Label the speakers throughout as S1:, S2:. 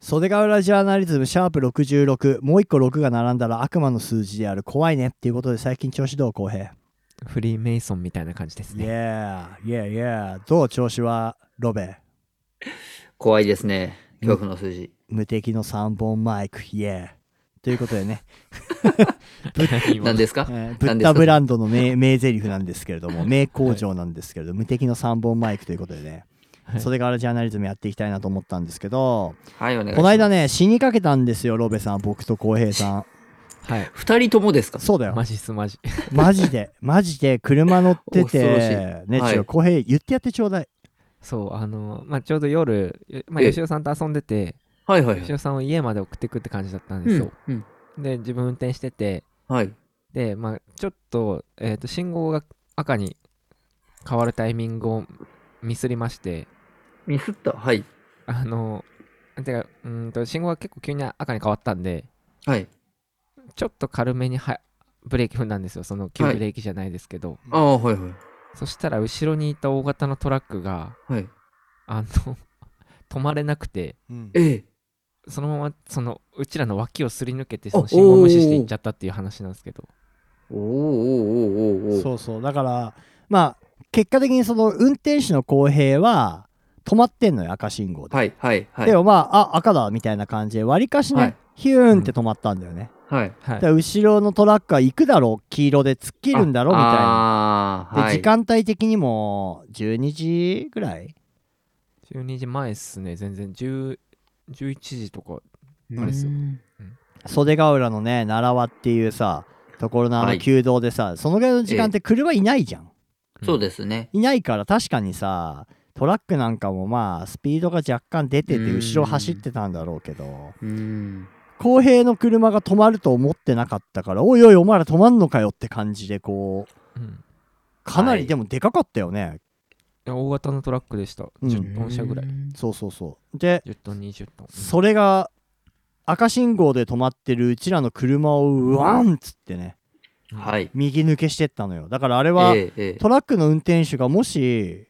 S1: 袖ヶ浦ジャーナリズムシャープ66もう一個6が並んだら悪魔の数字である怖いねっていうことで最近調子どう浩平
S2: フリーメイソンみたいな感じです
S1: イエ
S2: ね。
S1: ーイエーイエーどう調子はロベ
S3: 怖いですね。恐怖の数字。
S1: 無敵の3本マイクイエーということでね、
S2: 何
S3: 何ですか
S1: えーブ
S3: 何
S1: ッ
S3: です
S1: ダ
S3: か
S1: ブランドの名名台詞なんですけれども名工場なんですけれど、無敵の3本マイクということでね、
S2: はい
S1: 袖ヶ浦ジャーナリズムやっていきたいなと思ったんですけど
S3: はい、お願いします。
S1: この間。ね死にかけたんですよロベさん僕と浩平さん
S2: はい。
S3: 二人ともですか
S1: そうだよ
S2: マジっすマジ。
S1: マジで、マジで車乗ってて
S3: 恐ろし、い
S1: ね、
S3: はい
S1: ちょ、浩平、言ってやってちょうだい。
S2: そう、あの、まあ、ちょうど夜、まあ、
S3: ええ
S2: 吉尾さんと遊んでて、
S3: はいはいは
S2: 吉
S3: い。
S2: 尾さんを家まで送ってくって感じだったんですよ。
S3: うん。
S2: で、自分運転してて、
S3: はい。
S2: で、まあ、ちょっと、えっ、と、信号が赤に変わるタイミングをミスりまして、
S3: ミスった。はい。
S2: あの、てか、うーんと、信号が結構急に赤に変わったんで、
S3: はい。
S2: ちょっと軽めにはブレーキ踏んだんですよ。その急
S3: はい
S2: ブレーキじゃないですけど。
S3: ああ、はいはい。
S2: そしたら、後ろにいた大型のトラックが、
S3: はい。
S2: あの 止まれなくて
S3: ええ
S2: そのままそのうちらの脇をすり抜けて
S3: あ
S2: その信号無視していっちゃったっていう話なんですけど
S3: おーおーおーおーおー
S1: そうそう、だから、まあ、結果的にその運転手の浩平は、止まってんのよ、赤信号で。
S3: はいはいはい。
S1: でもまあ、あ、赤だみたいな感じで、わりかしね、
S3: はい
S1: ヒューンって止まったんだよね。
S3: はい。
S2: は
S1: だから後ろのトラックは行くだろう、黄色で突っ切るんだろうみたいな。
S3: ああー、
S1: で、
S3: はい。
S1: 時間帯的にも、12時ぐらい
S2: い12時前っすね全然10 11時とか
S3: うん
S2: あれっすよ
S1: 袖ヶ浦のね、奈良輪っていうさ、ところのあ
S3: は
S1: の
S3: い
S1: 旧道でさ、そのぐらいの時間って車いないじゃん。
S3: そうですね。
S1: いないから確かにさトラックなんかもまあスピードが若干出てて
S3: うん
S1: 後ろ走ってたんだろうけど
S3: うん。
S1: 公平の車が止まると思ってなかったからおいおいお前ら止まんのかよって感じでこう
S2: うん
S1: かなり
S3: はい
S1: でもでかかったよね、
S2: いや大型のトラックでした、
S1: うん
S2: 10トン車ぐらい
S1: そうそうそうで
S2: 10トン20トン
S1: それが赤信号で止まってるうちらの車をうわんっつってね
S3: はい。
S1: 右抜けしてったのよだからあれは
S3: ええええ
S1: トラックの運転手がもし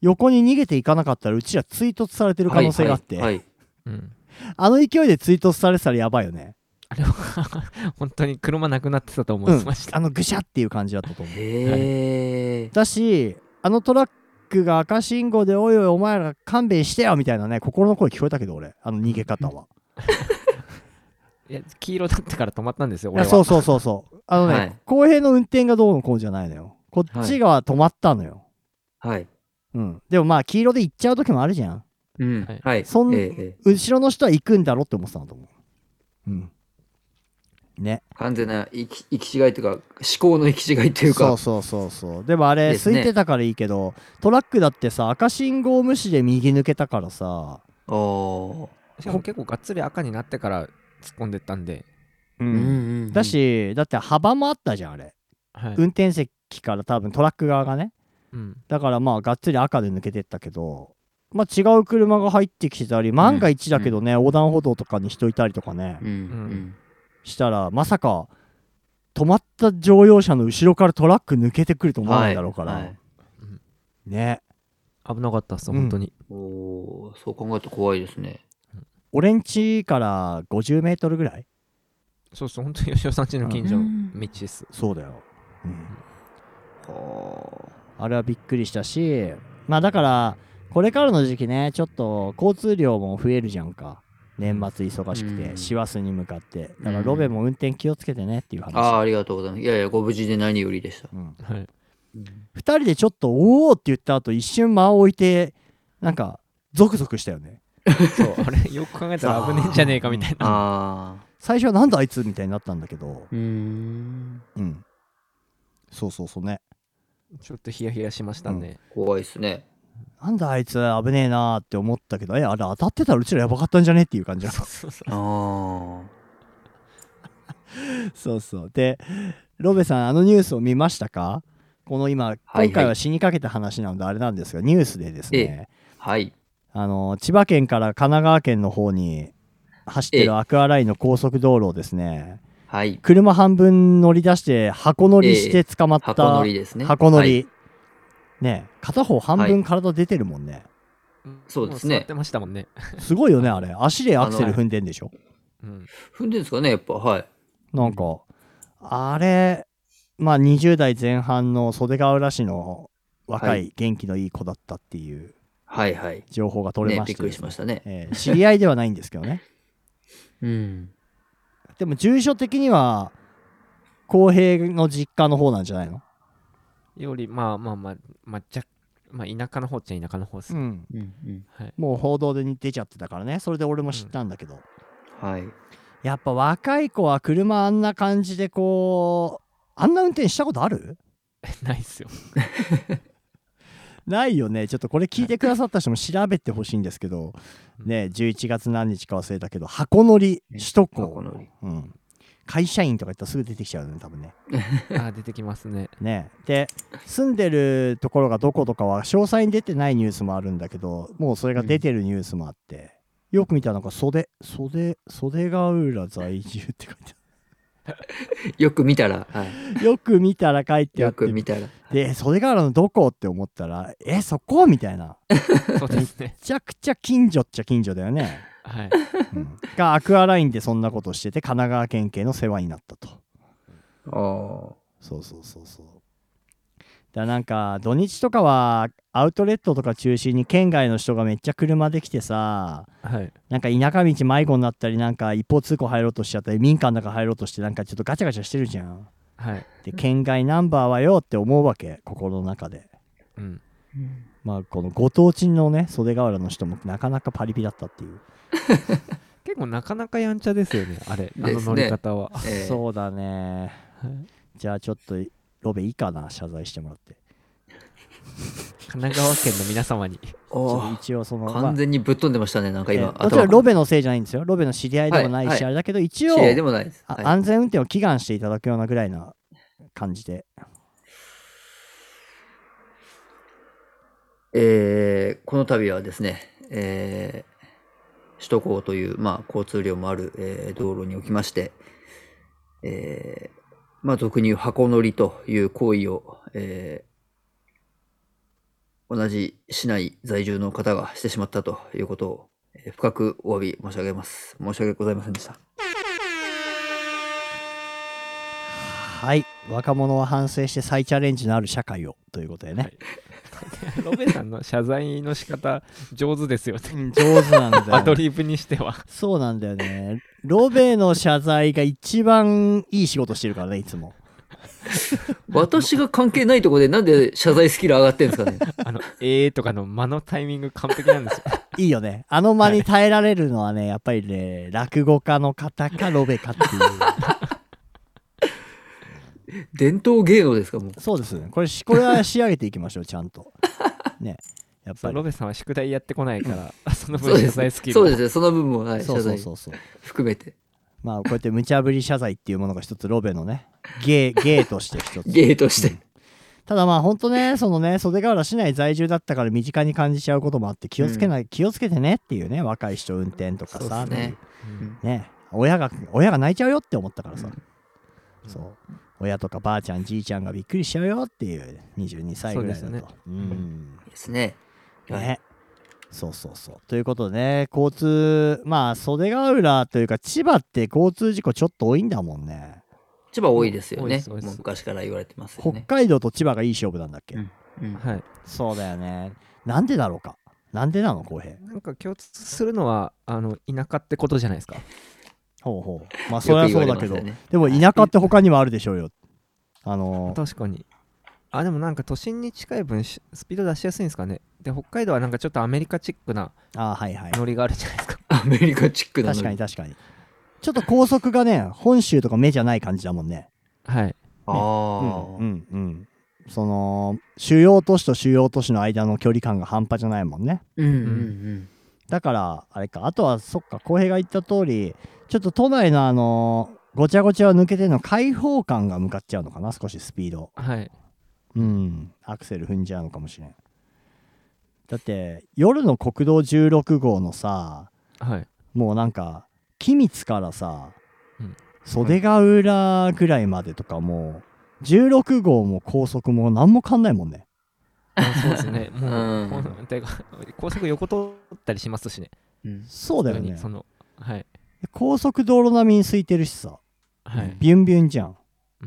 S1: 横に逃げていかなかったらうちら追突されてる可能性があって、
S3: はいはいはい
S2: うん
S1: あの勢いで追突されてたらやばいよね。
S2: あれは 本当に車なくなってたと思
S1: う
S2: い
S1: ん
S2: ました、
S1: あのぐしゃっていう感じだったと思う。
S3: へえ。
S1: だし、あのトラックが赤信号でおいおいお前ら勘弁してよみたいなね、心の声聞こえたけど俺、あの逃げ方は。
S2: いや黄色だったから止まったんですよ
S1: い
S2: 俺
S1: や
S2: は
S1: そうそうそうそう。あのね、
S3: はい
S1: 公平の運転がどうのこうのじゃないのよ。こっちが止まったのよ。
S3: はい。
S1: うん、でもまあ黄色で行っちゃう時もあるじゃん
S3: うん
S2: はい。
S3: はい。
S1: そん
S3: ええええ
S1: 後ろの人は行くんだろって思ってたんだと思ううんね
S3: 完全な行き行き違いというか、思考の行き違いという
S1: そ
S3: か
S1: う。そうそうそうでもあれ
S3: ですね
S1: 空いてたからいいけど、トラックだってさ赤信号無視で右抜けたからさ、
S3: あー
S2: しかも結構がっつり赤になってから突っ込んでったんで、
S3: うんうんうん
S1: だしだって幅もあったじゃんあれ
S2: はい
S1: 運転席から多分トラック側がね
S2: うん
S1: だからまあがっつり赤で抜けてったけどまあ違う車が入ってきてたり万が一だけどね、横断歩道とかに人いたりとかね、
S3: うんうん
S1: したらまさか止まった乗用車の後ろからトラック抜けてくると思わないだろうから、
S3: はいはい
S1: ね
S2: 危なかったっす
S1: うん
S2: 本当に、
S3: おーそう考えると怖いですね。
S1: 俺ん家から50メートルぐらい
S2: そうそう本当に吉尾さん家の近所の道です
S1: そうだよ、
S3: あー
S1: あれはびっくりしたしまあだからこれからの時期ねちょっと交通量も増えるじゃんか年末忙しく
S3: う
S1: て
S3: ん
S1: 師走に向かってだから
S3: うん
S1: ロベも運転気をつけてねっていう
S3: あー、
S1: 話、
S3: ありがとうございます。いやいや、ご無事で何よりでした。
S1: うん、
S2: はい、
S1: 2人でちょっと「おお!」って言った後一瞬間を置いてなんかゾクゾクしたよね
S2: そうあれよく考えたら危ねえんじゃねえかみたいな
S3: ああ。
S1: 最初は「なんだあいつ」みたいになったんだけど
S3: うーん。
S1: うんそうそうそうね
S2: ちょっとヒヤヒヤしましたね、
S3: 怖いですね。
S1: なんだあいつ危ねえなーって思ったけどえあれ当たってたらうちらやばかったんじゃねっていう感じだ
S2: そうそうそう
S3: ああ。
S1: そうそう。で、ロベさん、あのニュースを見ましたかこの今、
S3: い
S1: 今回は死にかけた話なのであれなんですが、ニュースでですね、
S3: はい。
S1: あの千葉県から神奈川県の方に走って
S3: ええ
S1: るアクアラインの高速道路をですね、
S3: はい。
S1: 車半分乗り出して箱乗りして捕まった、
S3: 箱乗りですね。
S1: 箱乗り
S3: はい。
S1: ね、片方半
S3: は
S1: 分体出てるもんね。
S3: そうですね
S2: も座ってましたもんね。
S1: すごいよね、あれ。足でアクセル踏んでんでしょ。
S2: うん。
S3: 踏んでるんですかね、やっぱ。はい。
S1: なんか、あれ、まあ20代前半の袖ヶ浦市の若
S3: はい
S1: 元気のいい子だったっていう
S3: はいはい。
S1: 情報が取れ
S3: ね
S1: ま、
S3: び
S1: し
S3: ってくりしましたね。
S1: えー知り合いではないんですけど ね。
S3: うん。
S1: でも住所的には、公平の実家の方なんじゃないの
S2: より、まあまあまあ、まあ、じゃまあ、田舎の方っちゃ田舎の方です
S1: う
S2: ね。
S1: ん。
S3: うんうん。
S2: はい。
S1: もう報道で出ちゃってたからね。それで俺も知ったんだけど。
S3: はい。
S1: やっぱ若い子は車あんな感じでこう、あんな運転したことある
S2: ないっすよ。
S1: ないよねちょっとこれ聞いてくださった人も調べてほしいんですけど、ね、11月何日か忘れたけど箱乗り
S3: ね
S1: 首都
S3: 箱
S1: 高、
S3: 乗り
S1: うん、会社員とか言ったらすぐ出てきちゃうよね多分ね
S2: あ、出てきますね。
S1: ねで住んでるところがどことかは詳細に出てないニュースもあるんだけどもうそれが出てるニュースもあって、よく見たらなんか袖袖袖ヶ浦在住って書いて
S3: よく見たら、はい。
S1: ある よく見たら書いてあ
S3: よ
S1: っ
S3: く
S1: て
S3: 見たら。
S1: で袖ヶ浦のどこって思ったらえそこみたいな
S2: そうです
S1: め。
S2: ね
S1: ちゃくちゃ近所っちゃ近所だよね
S2: はい。
S1: うんがアクアラインでそんなことしてて神奈川県警の世話になったと
S3: ああ。
S1: そうそうそうそうだからなんか土日とかはアウトレットとか中心に県外の人がめっちゃ車で来てさ
S2: はい。
S1: なんか田舎道迷子になったりなんか一方通行入ろうとしちゃったり民家の中入ろうとしてなんかちょっとガチャガチャしてるじゃん
S2: はい。
S1: で県外ナンバーはよって思うわけ心の中で
S2: うん。
S1: まあこのご当地のね袖ヶ浦の人もなかなかパリピだったっていう
S2: 結構なかなかやんちゃですよね、あれ。あ
S3: で
S2: の
S3: す
S2: 乗
S3: ね
S2: り方は。
S3: ええ
S1: そうだね
S2: はい
S1: じゃあちょっとロベいいかな謝罪してもらって
S2: 神奈川県の皆様に。
S1: ちょっと
S3: あ
S1: 一応その
S3: あ。
S1: まあ
S3: 完全にぶっ飛んでましたね、なんか今。
S1: えーもちろんロ
S3: ベ
S1: ベのせいじゃないんですよロベの知り合いでもないし、
S3: はいはい
S1: あれだけど一
S3: 試
S1: 応
S3: 合でもないです。
S1: あ
S3: はい
S1: 安全運転を祈願していただくようなぐらいな感じで
S3: えーこの度はですね、えー首都高という、まあ、交通量もある、えー道路におきまして、えーまあ、俗に言う箱乗りという行為を、えー同じ市内在住の方がしてしまったということを、えー深くお詫び申し上げます。申し訳ございませんでした。
S1: はい若者は反省して再チャレンジのある社会をということでね、
S2: はいロベさんの謝罪の仕方、上手ですよね。
S1: うん上手なん だ
S2: アド
S1: よ
S2: リブにしては。
S1: そうなんだよねロベの謝罪が一番いい仕事してるからねいつも
S3: 私が関係ないところでなんで謝罪スキル上がってるんですかね。
S2: あの、えーとかの間のタイミング完璧なんですよ。
S1: いいよねあの間に耐えられるのはねやっぱりね落語家の方かロベかっていう
S3: 伝統芸能ですか、もう。
S1: そうですね。これし、これは仕上げていきましょう、ちゃんと。ね。やっ
S2: そ
S1: ぱ
S2: う
S1: り
S2: ロ。ベさんは宿題やってこないから、 その
S3: そ
S2: 分
S3: う
S2: 謝
S3: ですね。
S2: 罪スキル
S3: そ
S2: を。
S3: うですね。その部分も、はい、
S1: そ
S3: 謝
S1: うそう
S3: 罪
S1: そうそう。
S3: 含めて。
S1: まあ、こうやって無茶ぶり謝罪っていうものが一つロベのね、芸、芸として一 つ。
S3: ゲーとして。
S1: ただまあ、ほんとね、そのね、袖ヶ浦市内在住だったから身近に感じちゃうこともあって、気をつけない、気をつけてねっていうね、若い人運転とかさ、
S3: そうですね
S2: うん
S1: ね親が、親が泣いちゃうよって思ったからさ。
S2: うん
S1: そう。親とかばあちゃん、じいちゃんがびっくりしちゃうよっていう22歳ぐらいだと。
S2: そうですね
S1: うん。
S3: ですね。はい
S1: ね。そうそうそう。ということでね、交通、まあ、袖ヶ浦というか、千葉って交通事故ちょっと多いんだもんね。
S3: 千葉多いですよ
S2: 多いで
S3: ね。
S2: す多
S3: も
S2: いです
S3: う昔から言われてますよ
S1: 北
S3: ね。
S1: 海道と千葉がいい勝負なんだっけ、
S3: うんうん
S2: はい。
S1: そうだよね。なんでだろうか。なんでなの、浩平。
S2: なんか共通するのは、あの、田舎ってことじゃないですか。
S1: ほうほう。まあ、それはそうだけど、
S3: よく言われますよね
S1: でも田舎って他にもあるでしょうよ。あのー、
S2: 確かに。あ、でもなんか都心に近い分、しスピード出しやすいんですかね。で、北海道はなんかちょっとアメリカチックな
S1: あーはいはい。
S2: ノリがあるじゃないですか。
S3: アメリカチックな
S1: 確かに。確かに。ちょっと高速がね、本州とか目じゃない感じだもんね。
S2: はい。
S3: あ
S1: うんう
S3: あ。
S1: んうん。その、主要都市と主要都市の間の距離感が半端じゃないもんね。
S3: うんうん
S1: だからあれかあとはそっか浩平が言った通りちょっと都内のあのごちゃごちゃを抜けての開放感が向かっちゃうのかな少しスピード
S2: はい。
S1: うんアクセル踏んじゃうのかもしれんだって夜の国道16号のさ
S2: はい。
S1: もうなんか君津からさ、
S2: うん
S1: 袖ヶ浦ぐらいまでとかもう16号も高速も何も変わんないもんね
S2: そうですね。も
S3: うん
S2: う、こうてか高速横通ったりしますしね。
S3: うん
S1: そうだよ
S2: 普通
S1: ね
S2: にその、はい。
S1: 高速道路並みに空いてるしさ
S2: はい。
S1: ビュンビュンじゃん
S2: う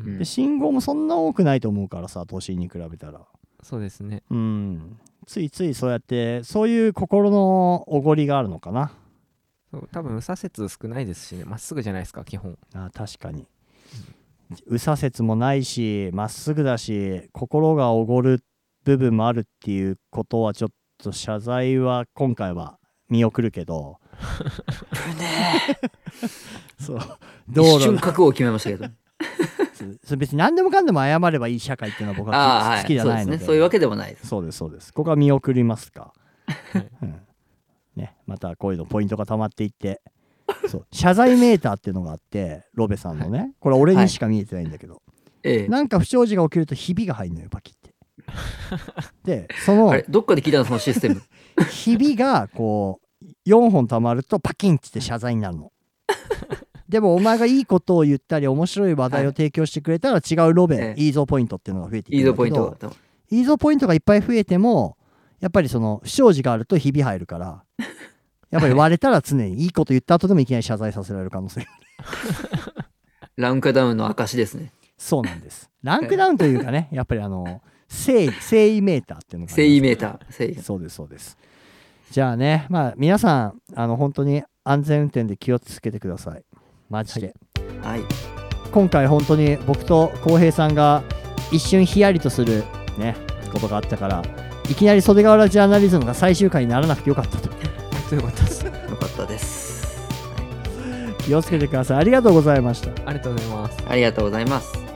S3: うん
S2: ん
S1: で信号もそんな多くないと思うからさ都心に比べたら
S2: そうですね。
S1: うんついついそうやってそういう心のおごりがあるのかな
S2: そう多分、右左折少ないですしね。まっすぐじゃないですか、基本。
S1: あ確かに右左折もないしまっすぐだし心がおごる部分もあるっていうことはちょっと謝罪は今回は見送るけど そう道
S3: 一
S1: 路
S3: 瞬覚悟を決め ましたけど。
S1: そう別に何でもかんでも謝ればいい社会っていうのは僕
S3: ああ、
S1: は
S3: はい。
S1: 好きじゃない
S3: そう
S1: の
S3: で
S1: です
S3: ね。そういうわけではないです。
S1: そうですそうですここは見送りますか
S2: はい、
S1: うんね、またこういうのポイントが溜まっていってそう謝罪メーターっていうのがあってロベさんのねこれは俺にしか見えてないんだけど、
S3: ええ。
S1: なんか不祥事が起きるとひびが入るのよパキって でその
S3: あれ、どっかで聞いたの、そのシステ ム。
S1: ひびがこう4本溜まるとパキンっつって謝罪になる のでもお前がいいことを言ったり面白い話題を提供してくれたら違うロベ、
S3: ええ
S1: い、いぞポイントっていうのが増えてい
S3: いい
S1: くんだけど
S3: ぞポイントが。
S1: いいぞポイントがいっぱい増えてもやっぱりその不祥事があるとひび入る からやっぱり割れたら常にいいこと言った後でもいきなり謝罪させられる可能 性が
S3: ランカダウンの証ですね。
S1: そうなんですランクダウンというかねやっぱりあの誠意誠意メーターっていうのがあ
S3: 誠
S1: り
S3: 意
S1: ま
S3: メーター。誠意
S1: す。そうですそうですじゃあねまあ皆さんあの本当に安全運転で気をつけてくださいマジで、
S3: はい。
S1: 今回本当に僕と浩平さんが一瞬ヒヤリとするねことがあったからいきなり袖ヶ浦ジャーナリズムが最終回にならなくてよかったと
S2: 本当よかったです。あ
S3: よかったです。
S1: 気をつけてくださいありがとうございました
S2: りがとうございます。
S3: ありがとうございます。